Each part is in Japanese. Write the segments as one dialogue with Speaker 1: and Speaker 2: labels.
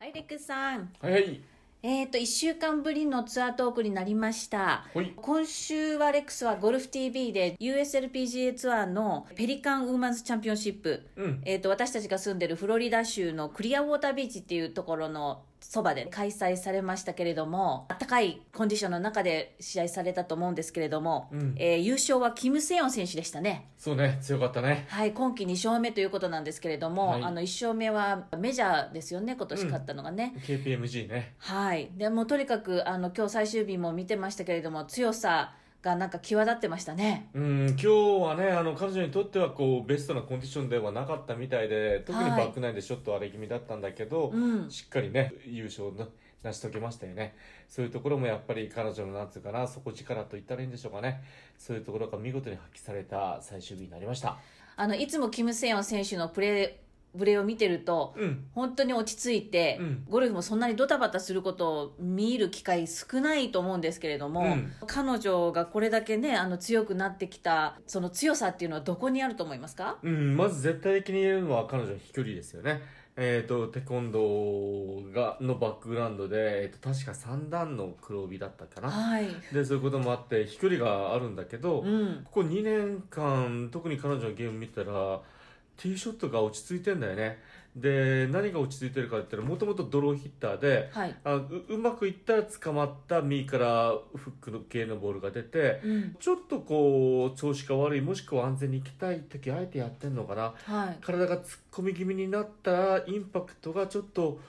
Speaker 1: はい、レックスさん。
Speaker 2: はいはい。
Speaker 1: えっ、と、1週間ぶりのツアートークになりました。
Speaker 2: はい。
Speaker 1: 今週はレックスはゴルフ TV で USLPGA ツアーのペリカンウーマンズチャンピオンシップ、
Speaker 2: うん。
Speaker 1: えっ、と、私たちが住んでるフロリダ州のクリアウォータービーチっていうところのそばで開催されましたけれども、暖かいコンディションの中で試合されたと思うんですけれども、
Speaker 2: うん
Speaker 1: えー優勝はキム・セヨン選手でしたね。
Speaker 2: そうね、強かったね。
Speaker 1: はい、今季2勝目ということなんですけれども、
Speaker 2: はい
Speaker 1: あの1勝目はメジャーですよね、今年
Speaker 2: うん
Speaker 1: 勝ったのがね。
Speaker 2: KPMG ね。
Speaker 1: はい、でもうとにかくあの今日最終日も見てましたけれども強さがなんか際立ってましたね。
Speaker 2: うん、今日はね、あの、彼女にとっては、こう、ベストなコンディションではなかったみたいで、特に
Speaker 1: はい
Speaker 2: バックナインでちょっと荒れ気味だったんだけど、
Speaker 1: うん
Speaker 2: しっかりね、優勝な成し遂げましたよね。そういうところもやっぱり彼女の、なんつうかな、底力と言ったらいいんでしょうかね。そういうところが見事に発揮された最終日になりました。
Speaker 1: あのいつもキム・セヨン選手のプレーぶれを見てると、
Speaker 2: うん。
Speaker 1: 本当に落ち着いて、
Speaker 2: うん
Speaker 1: ゴルフもそんなにドタバタすることを見る機会少ないと思うんですけれども、
Speaker 2: うん
Speaker 1: 彼女がこれだけねあの強くなってきたその強さっていうのはどこにあると思いますか
Speaker 2: うん、まず絶対的に言えるのは彼女の飛距離ですよね。えっ、と、テコンドーが、のバックグラウンドで、えっ、と、確か3段の黒帯だったかな。
Speaker 1: はい、
Speaker 2: で、そういうこともあって、飛距離があるんだけど、
Speaker 1: うん、
Speaker 2: ここ2年間、特に彼女のゲーム見たら、ティーショットが落ち着いてんだよね。で、何が落ち着いてるかって言ったら、もともとドローヒッターで、
Speaker 1: はい、
Speaker 2: あううまくいったら捕まった右からフックの系のボールが出て、
Speaker 1: うん、
Speaker 2: ちょっとこう、調子が悪い、もしくは安全に行きたい時、あえてやってんのかな。
Speaker 1: はい、
Speaker 2: 体が突っ込み気味になったらインパクトがちょっと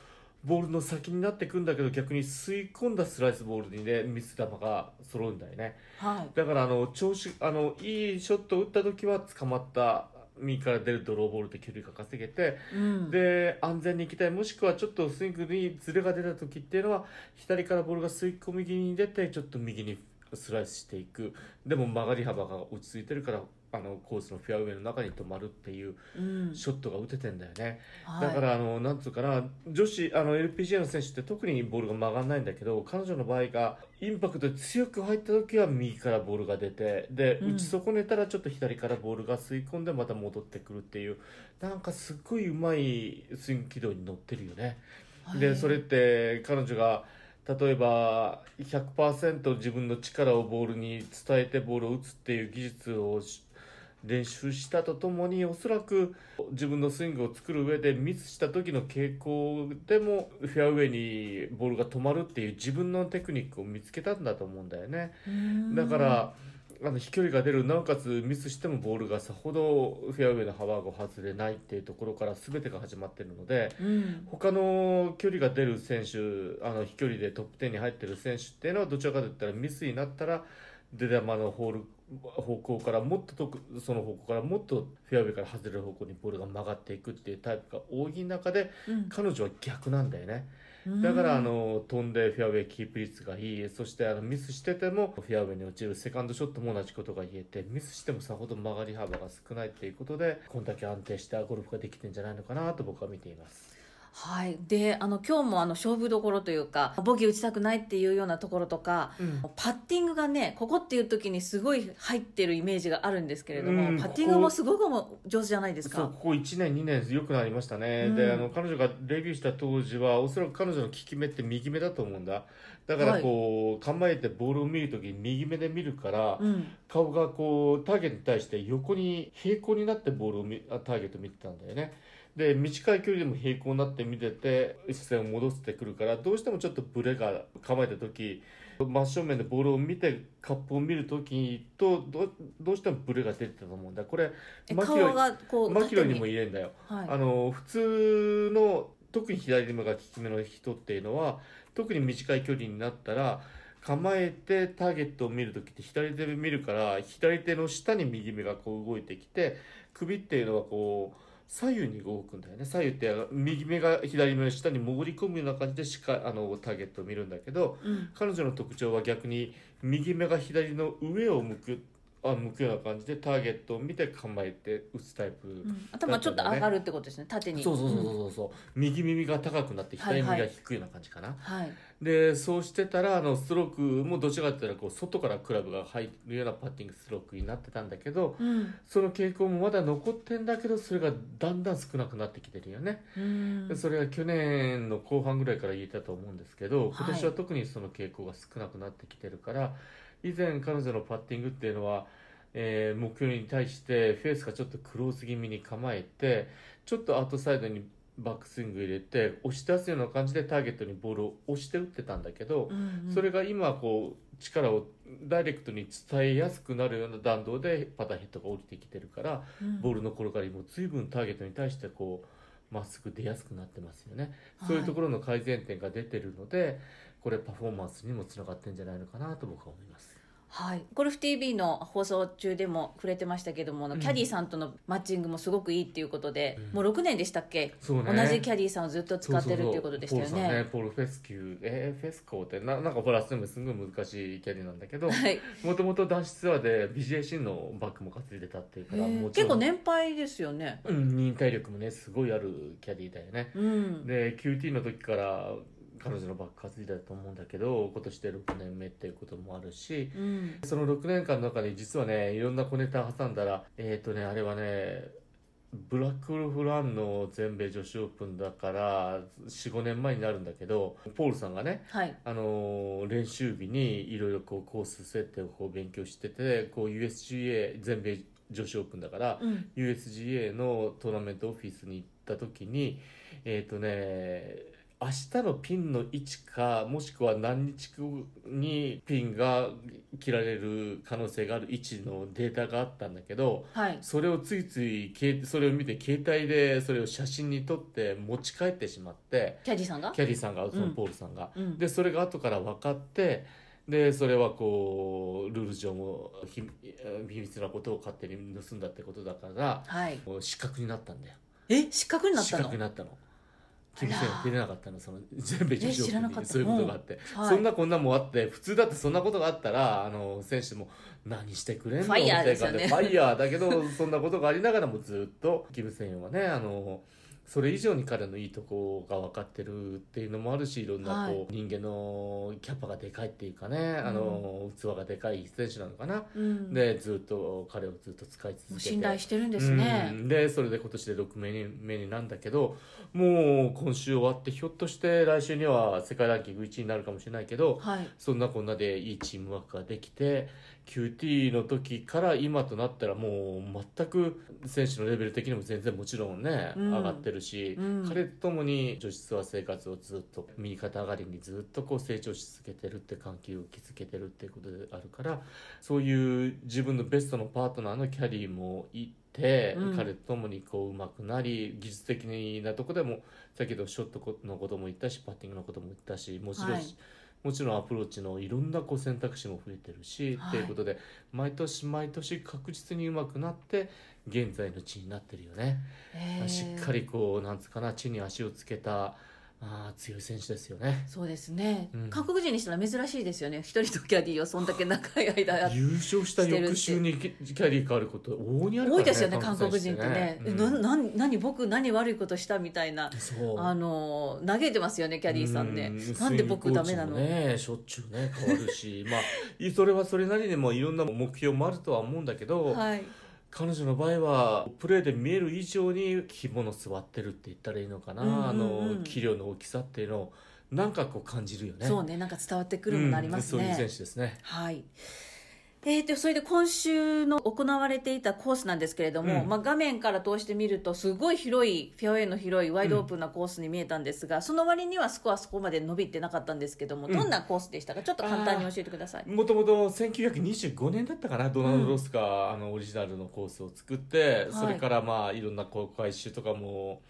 Speaker 2: ボールの先になってくんだけど逆に吸い込んだスライスボールにねミス球が揃うんだよね
Speaker 1: はい、
Speaker 2: だからあの調子あのいいショットを打った時は捕まった右から出るドローボールで距離が稼げて
Speaker 1: うん、
Speaker 2: で安全に行きたいもしくはちょっとスイングにズレが出た時っていうのは左からボールが吸い込み気味に出てちょっと右にスライスしていくでも曲がり幅が落ち着いてるからあのコースのフェアウェイの中に止まるっていう
Speaker 1: うん、
Speaker 2: ショットが打ててんだよね、
Speaker 1: はい
Speaker 2: だからあのなんつうかな女子あの LPGA の選手って特にボールが曲がらないんだけど彼女の場合がインパクトで強く入った時は右からボールが出てで、
Speaker 1: うん
Speaker 2: 打ち損ねたらちょっと左からボールが吸い込んでまた戻ってくるっていうなんかすっごいうまいスイング軌道に乗ってるよね。
Speaker 1: は
Speaker 2: で
Speaker 1: い
Speaker 2: それって彼女が例えば100%自分の力をボールに伝えてボールを打つっていう技術をし練習したとともにおそらく自分のスイングを作る上でミスした時の傾向でもフェアウェイにボールが止まるっていう自分のテクニックを見つけたんだと思うんだよね。
Speaker 1: うん
Speaker 2: だから、あの飛距離が出るなおかつミスしてもボールがさほどフェアウェイの幅が外れないっていうところから全てが始まってるので、
Speaker 1: うん、
Speaker 2: 他の距離が出る選手あの飛距離でトップ10に入ってる選手っていうのはどちらかといったらミスになったら出玉のホール方向からもっと遠くその方向からもっとフェアウェイから外れる方向にボールが曲がっていくっていうタイプが多い中で
Speaker 1: うん
Speaker 2: 彼女は逆なんだよねだからあ
Speaker 1: うん
Speaker 2: の飛んでフェアウェイキープ率がいいそしてあのミスしててもフェアウェイに落ちるセカンドショットも同じことが言えてミスしてもさほど曲がり幅が少ないっていうことでこんだけ安定したゴルフができてんじゃないのかなと僕は見ています。
Speaker 1: はい、であの今日もあの勝負どころというかボギー打ちたくないっていうようなところとかパッティングがねここっていう時にすごい入ってるイメージがあるんですけれども、
Speaker 2: うん
Speaker 1: パッティングもすごくも上手じゃないです
Speaker 2: そう
Speaker 1: か
Speaker 2: こ。こ1年2年良くなりましたね、
Speaker 1: うん
Speaker 2: であの彼女がデビューした当時はおそらく彼女の利き目って右目だと思うんだだからこう、構えてボールを見る時に右目で見るから、
Speaker 1: うん
Speaker 2: 顔がこうターゲットに対して横に平行になってボールを見あターゲットを見てたんだよねで短い距離でも平行になって見てて視線を戻してくるからどうしてもちょっとブレが構えた時真正面でボールを見てカップを見る時とどどうしてもブレが出てたと思うんだこれ
Speaker 1: え
Speaker 2: マキロイ
Speaker 1: 顔がこう
Speaker 2: マキロイにも
Speaker 1: い
Speaker 2: 入れんだよ、
Speaker 1: はい
Speaker 2: あの普通の特に左目が利き目の人っていうのは特に短い距離になったら構えてターゲットを見る時って左手で見るから左手の下に右目がこう動いてきて首っていうのはこう左右に動くんだよね左右って右目が左目の下に潜り込むような感じでしかあのターゲットを見るんだけど
Speaker 1: うん
Speaker 2: 彼女の特徴は逆に右目が左の上を向くあ向くような感じでターゲットを見て構えて打つタイプ、
Speaker 1: うん頭ちょっと上がるってことですね縦に
Speaker 2: そうそうそう
Speaker 1: うん
Speaker 2: そうそう、右耳が高くなって左耳が低いような感じかな、
Speaker 1: はい
Speaker 2: でそうしてたらあのストロークもどちらかというとこう外からクラブが入るようなパッティングストロークになってたんだけど
Speaker 1: うん
Speaker 2: その傾向もまだ残ってんだけどそれがだんだん少なくなってきてるよね、
Speaker 1: うん
Speaker 2: でそれが去年の後半ぐらいから言えたと思うんですけど今年
Speaker 1: は
Speaker 2: は特にその傾向が少なくなってきてるから、以前彼女のパッティングっていうのは、えー目標に対してフェースがちょっとクローズ気味に構えてちょっとアウトサイドにバックスイング入れて押し出すような感じでターゲットにボールを押して打ってたんだけど、
Speaker 1: うんうん
Speaker 2: それが今こう力をダイレクトに伝えやすくなるような弾道でパターヘッドが降りてきてるから
Speaker 1: うん
Speaker 2: ボールの転がりも随分ターゲットに対してこうまっすぐ出やすくなってますよね、そういうところの改善点が出てるのでこれパフォーマンスにもつながってんじゃないのかなと僕は思います。
Speaker 1: はい、ゴルフ TV の放送中でも触れてましたけども、あの
Speaker 2: うん
Speaker 1: キャディーさんとのマッチングもすごくいいっていうことで、
Speaker 2: うん
Speaker 1: もう6年でしたっけ、
Speaker 2: そうね
Speaker 1: 同じキャディーさんをずっと使ってるっていうことでしたよ
Speaker 2: そうそうそう
Speaker 1: ね。
Speaker 2: ポールさんねポール・フェスキュー、えーフェスコーってななんかフラスでもすごい難しいキャディなんだ けど
Speaker 1: はい、
Speaker 2: もともと男子ツアーで BJC のバックも担いでたっていうからもち
Speaker 1: 結
Speaker 2: ろん
Speaker 1: 構年配ですよね。
Speaker 2: うん、忍耐力もねすごいあるキャディーだよね、
Speaker 1: うん、
Speaker 2: で QT の時から彼女のバック担いだと思うんだけど今年で6年目っていうこともあるし
Speaker 1: うん、
Speaker 2: その6年間の中に実はねいろんな小ネタ挟んだらえっ、とねあれはねブラックウルフランの全米女子オープンだから45年前になるんだけどポールさんがね
Speaker 1: はい、
Speaker 2: あのー練習日にいろいろこうコース設定をこう勉強しててこう USGA 全米女子オープンだから、
Speaker 1: うん、
Speaker 2: USGA のトーナメントオフィスに行った時にえっ、とね明日のピンの位置かもしくは何日後にピンが切られる可能性がある位置のデータがあったんだけど
Speaker 1: はい、
Speaker 2: それをついついけそれを見て携帯でそれを写真に撮って持ち帰ってしまって
Speaker 1: キャディーさんが。
Speaker 2: キャディさんがその
Speaker 1: うん
Speaker 2: ポールさんが。
Speaker 1: うん、
Speaker 2: でそれが後から分かってでそれはこうルール上もひ秘密なことを勝手に盗んだってことだから
Speaker 1: はい、
Speaker 2: もう失格になったんだよ
Speaker 1: え、失格になっ
Speaker 2: 失
Speaker 1: たの
Speaker 2: 格。になったの
Speaker 1: あら
Speaker 2: 厳しいの出れなかったのその全米女子オ
Speaker 1: え知ら
Speaker 2: ー
Speaker 1: な
Speaker 2: プ
Speaker 1: か
Speaker 2: ン
Speaker 1: っ
Speaker 2: に
Speaker 1: た
Speaker 2: そういうことがあって、
Speaker 1: はい
Speaker 2: そんなこんなもんあって普通だってそんなことがあったらあの選手も何してくれんの
Speaker 1: ファイヤー
Speaker 2: みたいな感じ
Speaker 1: ですよね
Speaker 2: ファイヤーだけどそんなことがありながらもずっとキム・センヨンはねあのそれ以上に彼のいいとこが分かってるっていうのもあるしいろんなこう、人間のキャパがでかいっていうかねあの、器がでかい選手なのかな、
Speaker 1: うん、
Speaker 2: でずっと彼をずっと使い続け
Speaker 1: もう
Speaker 2: て
Speaker 1: 信頼してるんですね。
Speaker 2: うんでそれで今年で6名に目になんだけどもう今週終わってひょっとして来週には世界ランキング1位になるかもしれないけど
Speaker 1: はい、
Speaker 2: そんなこんなでいいチームワークができて QT の時から今となったらもう全く選手のレベル的にも全然もちろんね、
Speaker 1: うん
Speaker 2: 上がってるし、
Speaker 1: うん
Speaker 2: 彼と共に女子ツアー生活をずっと右肩上がりにずっとこう成長し続けてるって関係を築けてるっていうことであるからそういう自分のベストのパートナーのキャリーもいて、
Speaker 1: うん
Speaker 2: 彼と共にこう上手くなり技術的なとこでもだけどショットのことも言ったしパッティングのことも言ったしもちろん、
Speaker 1: はい
Speaker 2: もちろんアプローチのいろんなこう選択肢も増えてるし、
Speaker 1: はい
Speaker 2: っていうことで毎年毎年確実に上手くなって現在の地になってるよね、
Speaker 1: えー
Speaker 2: しっかりこうなんつうかな地に足をつけたあー強い選手ですよね
Speaker 1: そうですね、
Speaker 2: うん
Speaker 1: 韓国人にしたら珍しいですよね一人とキャディーをそんだけ長い間やって
Speaker 2: 優勝した翌週にキキャリー変わること往々にあるから
Speaker 1: 多いですよね韓国人ってね
Speaker 2: 選手
Speaker 1: え
Speaker 2: って
Speaker 1: なな何僕何悪いことしたみたいな
Speaker 2: うんそう
Speaker 1: あの嘆いてますよねキャディーさんね
Speaker 2: う
Speaker 1: なんで僕ダメなの、
Speaker 2: スイングコーチもねしょっちゅうね変わるし まあそれはそれなりにもいろんな目標もあるとは思うんだけど、
Speaker 1: はい
Speaker 2: 彼女の場合はプレーで見える以上に肝の座ってるって言ったらいいのかな、
Speaker 1: うんうんうん
Speaker 2: あの器量の大きさっていうのをなんかこう感じるよね
Speaker 1: そうねなんか伝わってくるものあります
Speaker 2: うん
Speaker 1: ね、
Speaker 2: そういう選手ですね
Speaker 1: はいえー、とそれで今週の行われていたコースなんですけれども、
Speaker 2: うん
Speaker 1: まあ、画面から通して見るとすごい広いフェアウェイの広いワイドオープンなコースに見えたんですが、その割にはスコアそこまで伸びてなかったんですけども、
Speaker 2: うん
Speaker 1: どんなコースでしたかちょっと簡単に教えてください。
Speaker 2: もともと1925年だったかなドナルド・ロスが、あのオリジナルのコースを作って、
Speaker 1: い
Speaker 2: それからまあいろんな公開集とかも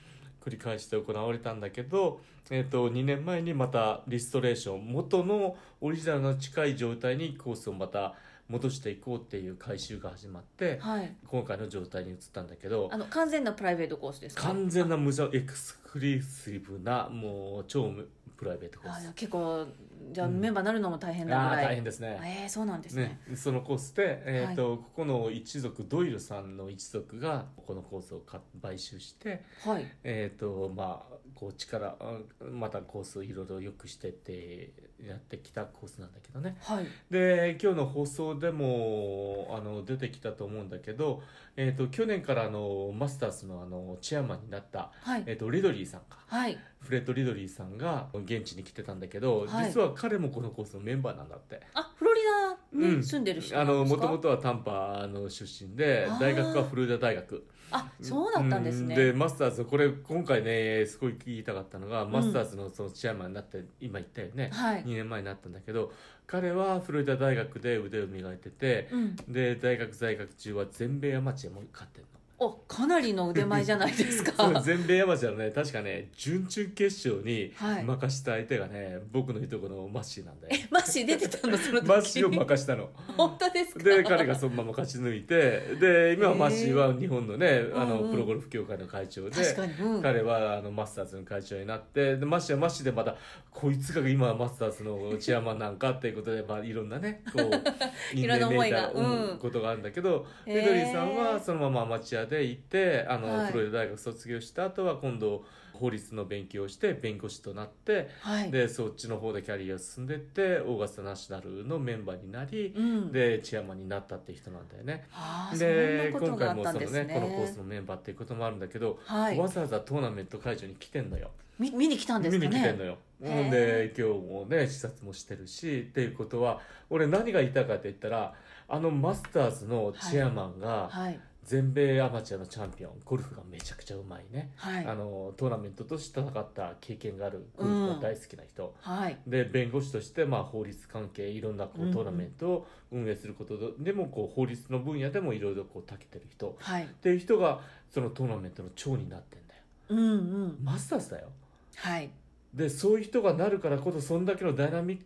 Speaker 2: 繰り返して行われたんだけど、えっと2年前にまたリストレーション元のオリジナルの近い状態にコースをまた戻していこうっていう改修が始まって
Speaker 1: はい、
Speaker 2: 今回の状態に移ったんだけど
Speaker 1: あの完全なプライベートコースですか
Speaker 2: 完全な無償エクスクルーシブなもう超プライベートコー
Speaker 1: あ
Speaker 2: ス
Speaker 1: 結構じゃあ
Speaker 2: うん
Speaker 1: メンバーなるのも大変だ
Speaker 3: あ
Speaker 1: ぐ
Speaker 3: あ
Speaker 1: ら
Speaker 3: 大
Speaker 1: い、
Speaker 3: 変ですね
Speaker 1: えー、そうなんですね
Speaker 2: ね、そのコースで、えーとここの一族ドイルさんの一族がこのコースを買買収して、
Speaker 1: はい
Speaker 2: えーとまあ、こう力あまたコースをいろいろ良くしてってやってきたコースなんだけどね
Speaker 1: はい
Speaker 2: で今日の放送でもあの出てきたと思うんだけど、えー、と去年からあのマスターズのあのチェアマンになった、
Speaker 1: はい
Speaker 2: えー、とリドリーさんか
Speaker 1: はい
Speaker 2: フレッド・リドリーさんが現地に来てたんだけど、
Speaker 1: はい
Speaker 2: 実は彼もこのコースのメンバーなんだって。
Speaker 1: あフロリダ
Speaker 2: う
Speaker 1: に
Speaker 2: ん
Speaker 1: 住んでる人な
Speaker 2: あ
Speaker 1: んですか、
Speaker 2: のもともとはタンパの出身で
Speaker 1: あー
Speaker 2: 大学はフロリダ大学
Speaker 1: あそうだったんですね、
Speaker 2: うでマスターズこれ今回ねすごい聞いたかったのが、マスターズのそのチェアマンになって今言ったよね、
Speaker 1: はい
Speaker 2: 2年前になったんだけど彼はフロリダ大学で腕を磨いてて
Speaker 1: うん、
Speaker 2: で大学在学中は全米アマチュアも勝ってんの。
Speaker 1: おかなりの腕前じゃないですか
Speaker 2: そう全米アマチュアのね確かね準々決勝に
Speaker 1: はい
Speaker 2: 負かした相手がね、僕のいとこのマッシーなんだよ
Speaker 1: えマッシー出てたのその時
Speaker 2: マッシーを負かしたの
Speaker 1: 本当ですか
Speaker 2: で彼がそのまま勝ち抜いてで今はマッシーは日本のね、あ
Speaker 1: うん
Speaker 2: の
Speaker 1: うん
Speaker 2: プロゴルフ協会の会長で
Speaker 1: 確かに、うん、
Speaker 2: 彼はあのマスターズの会長になってでマッシーはマッシーでまたこいつが今マスターズのチェアマンなんかっていうことで、まあ、いろんなねこう
Speaker 1: いろんな思いが
Speaker 2: 因縁めいた
Speaker 1: うん
Speaker 2: ことがあるんだけど、
Speaker 1: へー
Speaker 2: でドリーさんはそのままアマチュアで行ってあの、
Speaker 1: はい
Speaker 2: フロリダ大学卒業した後は今度法律の勉強をして弁護士となって
Speaker 1: はい
Speaker 2: でそっちの方でキャリアを進んでってオーガスタナショナルのメンバーになり、
Speaker 1: うん、
Speaker 2: でチェアマンになったって人なんだよね。
Speaker 1: あー
Speaker 2: で
Speaker 1: そんなことが
Speaker 2: 今回
Speaker 1: あっ
Speaker 2: も
Speaker 1: た
Speaker 2: そ
Speaker 1: ん
Speaker 2: の
Speaker 1: で
Speaker 2: ね
Speaker 1: すね
Speaker 2: このコースのメンバーっていうこともあるんだけど、
Speaker 1: はい
Speaker 2: わざわざトーナメント会場に来てんのよ、
Speaker 1: み見に来たんで
Speaker 2: 見
Speaker 1: すかね
Speaker 2: に来てんのよ。
Speaker 1: へ
Speaker 2: ほ
Speaker 1: ー
Speaker 2: んで今日もね視察もしてるしっていうことは俺何が言いたいかって言ったらあのマスターズのチェアマンが
Speaker 1: はい
Speaker 2: 全米アマチュアのチャンピオンゴルフがめちゃくちゃうまいね、
Speaker 1: はい
Speaker 2: あのトーナメントとして戦った経験があるゴルフが大好きな人、
Speaker 1: はい
Speaker 2: で弁護士としてまあ法律関係いろんなこ
Speaker 1: うんう
Speaker 2: うんトーナメントを運営することでもこう法律の分野でもいろいろこう長けてる人
Speaker 1: はい
Speaker 2: っていう人がそのトーナメントの長になってんだよ
Speaker 1: うんうん
Speaker 2: マスターズだよ
Speaker 1: はい
Speaker 2: でそういう人がなるからこそそんだけのダイナミ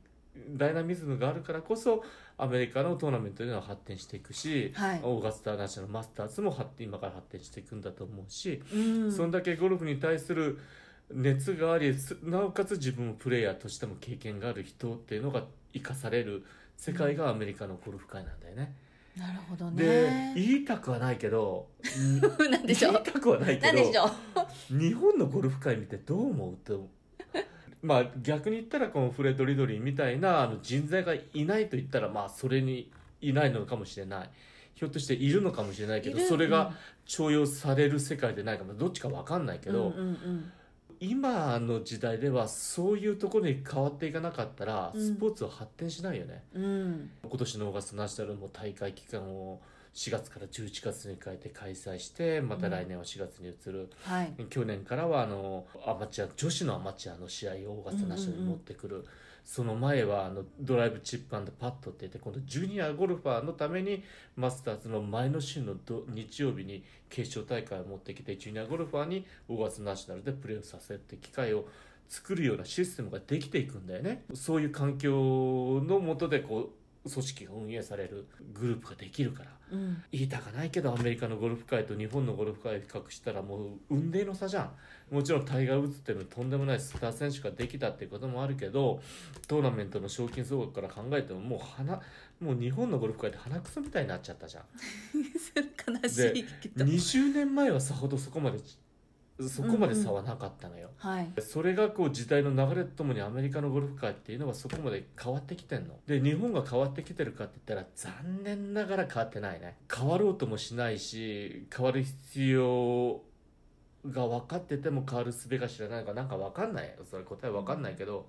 Speaker 2: ダイナミズムがあるからこそアメリカのトーナメントというのは発展していくし、
Speaker 1: はい
Speaker 2: オーガスタナショナルマスターズも発今から発展していくんだと思うし、
Speaker 1: うん
Speaker 2: そんだけゴルフに対する熱がありすなおかつ自分もプレイヤーとしても経験がある人っていうのが生かされる世界がアメリカのゴルフ界なんだよね。
Speaker 1: なるほど
Speaker 2: で
Speaker 1: ね
Speaker 2: 言いたくはないけど
Speaker 1: なん でしょ
Speaker 2: 言いうたくはないけ
Speaker 1: なんでし
Speaker 2: ど
Speaker 1: ょう
Speaker 2: 日本のゴルフ界見てどう思う とまあ逆に言ったらこのフレッド・リドリーみたいなあの人材がいないと言ったらまあそれにいないのかもしれない。ひょっとしているのかもしれないけど
Speaker 1: いる
Speaker 2: それが重用される世界でないかもどっちかわかんないけ
Speaker 1: う
Speaker 2: ど、
Speaker 1: んうんうん
Speaker 2: 今の時代ではそういうところに変わっていかなかったら
Speaker 1: うん
Speaker 2: スポーツは発展しないよね、
Speaker 1: うん
Speaker 2: 今年のオーガスタナショナルも大会期間を4月から11月に変えて開催してまた来年は4月に移る、
Speaker 1: はい
Speaker 2: 去年からはあのアマチュア女子のアマチュアの試合をオーガスタナショナルに持ってくる、その前はあのドライブチップパッドって言って今度ジュニアゴルファーのためにマスターズの前の週の土日曜日に決勝大会を持ってきてジュニアゴルファーにオーガスタナショナルでプレーをさせるって機会を作るようなシステムができていくんだよねそういう環境のもとでこう組織が運営されるグループができるから
Speaker 1: うん
Speaker 2: 言いたくないけどアメリカのゴルフ界と日本のゴルフ界を比較したらもう運命の差じゃんもちろんタイガー・ウッズっていうのはとんでもないスター選手ができたっていうこともあるけどトーナメントの賞金総額から考えてももう花もう日本のゴルフ界で鼻くそみたいになっちゃったじゃん
Speaker 1: 悲しいけど
Speaker 2: 20年前はさほどそこまでそこまで差はなかったのよ、
Speaker 1: はい
Speaker 2: それがこう時代の流れとともにアメリカのゴルフ界っていうのはそこまで変わってきてんので日本が変わってきてるかって言ったら残念ながら変わってないね変わろうともしないし変わる必要が分かってても変わる術が知らないのかなんか分かんないそれ答え分かんないけど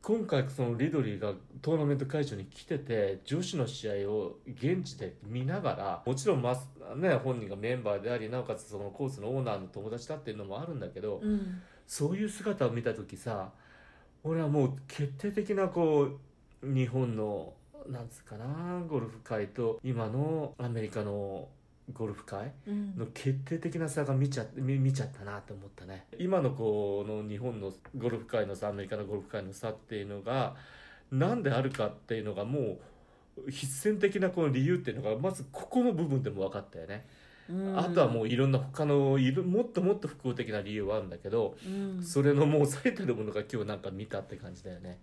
Speaker 2: 今回そのリドリーがトーナメント会場に来てて女子の試合を現地で見ながらもちろんマス、ね、本人がメンバーでありなおかつそのコースのオーナーの友達だっていうのもあるんだけど、
Speaker 1: うん
Speaker 2: そういう姿を見た時さ俺はもう決定的なこう日本のなんつうかなゴルフ界と今のアメリカのゴルフ界
Speaker 1: うん
Speaker 2: の決定的な差が見ちゃ見見ちゃったなと思ったね今のこの日本のゴルフ界の差アメリカのゴルフ界の差っていうのが何であるかっていうのがもう必然的なこの理由っていうのがまずここの部分でも分かったよね
Speaker 1: うん
Speaker 2: あとはもういろんな他のいろもっともっと複合的な理由はあるんだけど、
Speaker 1: うん
Speaker 2: それのもう最たるものが今日なんか見たって感じだよね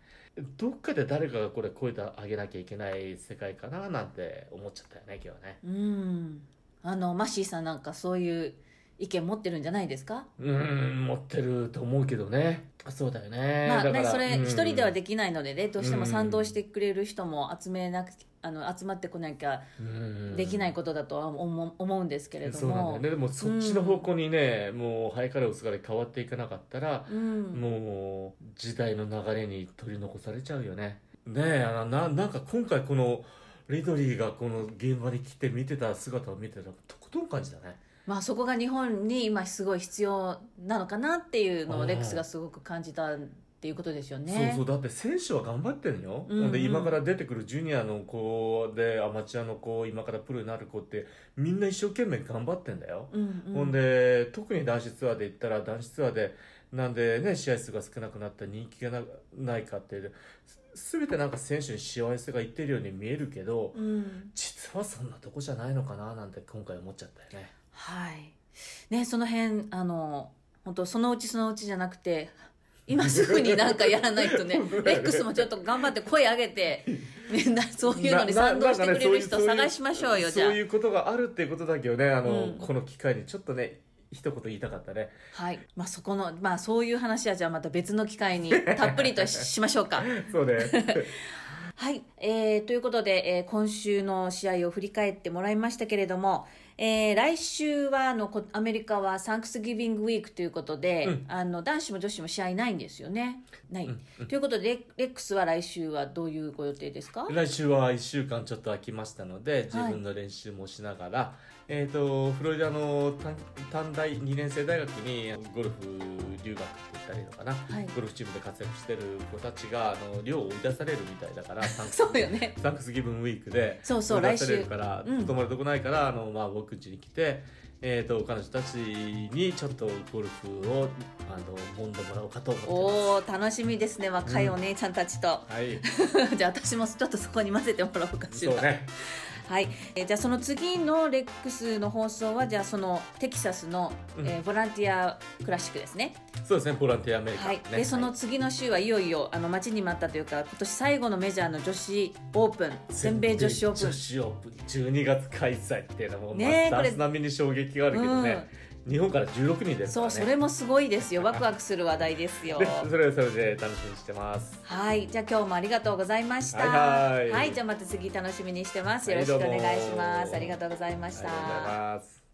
Speaker 2: どっかで誰かがこれ声で上げなきゃいけない世界かななんて思っちゃったよね今日はね
Speaker 1: うんあのマッシーさんなんかそういう意見持ってるんじゃないですか
Speaker 2: うーん持ってると思うけどねそうだよね、
Speaker 1: まあ
Speaker 2: だか
Speaker 1: ね、
Speaker 2: ら
Speaker 1: それ
Speaker 2: うん
Speaker 1: 一人ではできないのでねどうしても賛
Speaker 2: う
Speaker 1: 同
Speaker 2: ん
Speaker 1: してくれる人も集めなくあの集まってこなきゃ
Speaker 2: うん
Speaker 1: できないことだとは思う思うんですけれど
Speaker 2: そうなんだ
Speaker 1: も
Speaker 2: よねでもそっちの方向にね、もう早から薄から変わっていかなかったら、
Speaker 1: うん
Speaker 2: もう時代の流れに取り残されちゃうよねねえあのななんか今回このリドリーがこの現場に来て見てた姿を見てたらとことん感じだね
Speaker 1: まあ、そこが日本に今すごい必要なのかなっていうの
Speaker 2: あ
Speaker 1: を
Speaker 2: ー
Speaker 1: レックスがすごく感じたっていうことですよね。
Speaker 2: そうそうだって選手は頑張ってるよ、
Speaker 1: うんうん
Speaker 2: ほんで今から出てくるジュニアの子でアマチュアの子今からプロになる子ってみんな一生懸命頑張ってんだよ、
Speaker 1: うんうん、
Speaker 2: ほんで特に男子ツアーで言ったら男子ツアーでなんでね試合数が少なくなった人気がなないかってす全てなんか選手に幸せがいってるように見えるけど
Speaker 1: うん
Speaker 2: 実はそんなとこじゃないのかななんて今回思っちゃったよね。
Speaker 1: はいね、その辺あの本当そのうちそのうちじゃなく て今すぐになんかやらないとねレックスもちょっと頑張って声上げてみんなそういうのに賛同してくれる人探しましょうよじ
Speaker 2: そう
Speaker 1: ゃ
Speaker 2: いうことがあるっていうことだけどねあの、
Speaker 1: うん
Speaker 2: この機会にちょっとね一言言いたかったね。
Speaker 1: あはい、まあ、そこの、まあ、そういう話はじゃあまた別の機会にたっぷりとししましょうか。
Speaker 2: そう ね
Speaker 1: はい、えーということで、えー今週の試合を振り返ってもらいましたけれども、えー来週はあのこアメリカはサンクスギビングウィークということで、
Speaker 2: うん
Speaker 1: あの男子も女子も試合ないんですよね。ない、
Speaker 2: うんうん
Speaker 1: ということでレレックスは来週はどういうご予定ですか
Speaker 2: 来週は1週間ちょっと空きましたので自
Speaker 1: はい
Speaker 2: 分の練習もしながら、えっ、とフロリダの短短大2年生大学にゴルフ留学って言ったらいいのかな、
Speaker 1: い
Speaker 2: ゴルフチームで活躍してる子たちがあの寮を追い出されるみたいだからサンクス
Speaker 1: そうよね。
Speaker 2: サンクスギブンウィークで
Speaker 1: そうそう
Speaker 2: 追い出される
Speaker 1: 来週
Speaker 2: から、
Speaker 1: うん
Speaker 2: 泊まるとこないからあの、まあ、僕ん家に来て、えー、と彼女たちにちょっとゴルフをあの揉んでもらおうかと思ってます。
Speaker 1: おお楽しみですね若いお姉ちゃんたちと、
Speaker 2: はい、
Speaker 1: じゃあ私もちょっとそこに混ぜてもらおうかし
Speaker 2: そ
Speaker 1: ら、
Speaker 2: うね。
Speaker 1: はい、えーじゃあその次のレックスの放送はじゃあそのテキサスの、
Speaker 2: うん
Speaker 1: えーボランティアクラシックですね
Speaker 2: そうですね。ボランティアアメリカ、
Speaker 1: は
Speaker 2: ね
Speaker 1: い、でその次の週はいよいよあの待ちに待ったというか今年最後のメジャーの女子オープン全米女子オープン
Speaker 2: 女子オープン12月開催っていうのも
Speaker 1: ねえ
Speaker 2: まあ
Speaker 1: これ
Speaker 2: ダンス並みに衝撃があるけどね、日本から16人ですか
Speaker 1: そ
Speaker 2: ら
Speaker 1: う
Speaker 2: ね
Speaker 1: それもすごいですよワクワクする話題です よ
Speaker 2: で それはそれで楽しみにしてます
Speaker 1: はいじゃあ今日もありがとうございました
Speaker 2: はいはい
Speaker 1: じゃあまた次楽しみにしてますよろ
Speaker 2: はい
Speaker 1: しく
Speaker 2: どう
Speaker 1: お
Speaker 2: も
Speaker 1: 願いしますありがとうございま
Speaker 2: あり
Speaker 1: し
Speaker 2: がとうござい
Speaker 1: た
Speaker 2: ます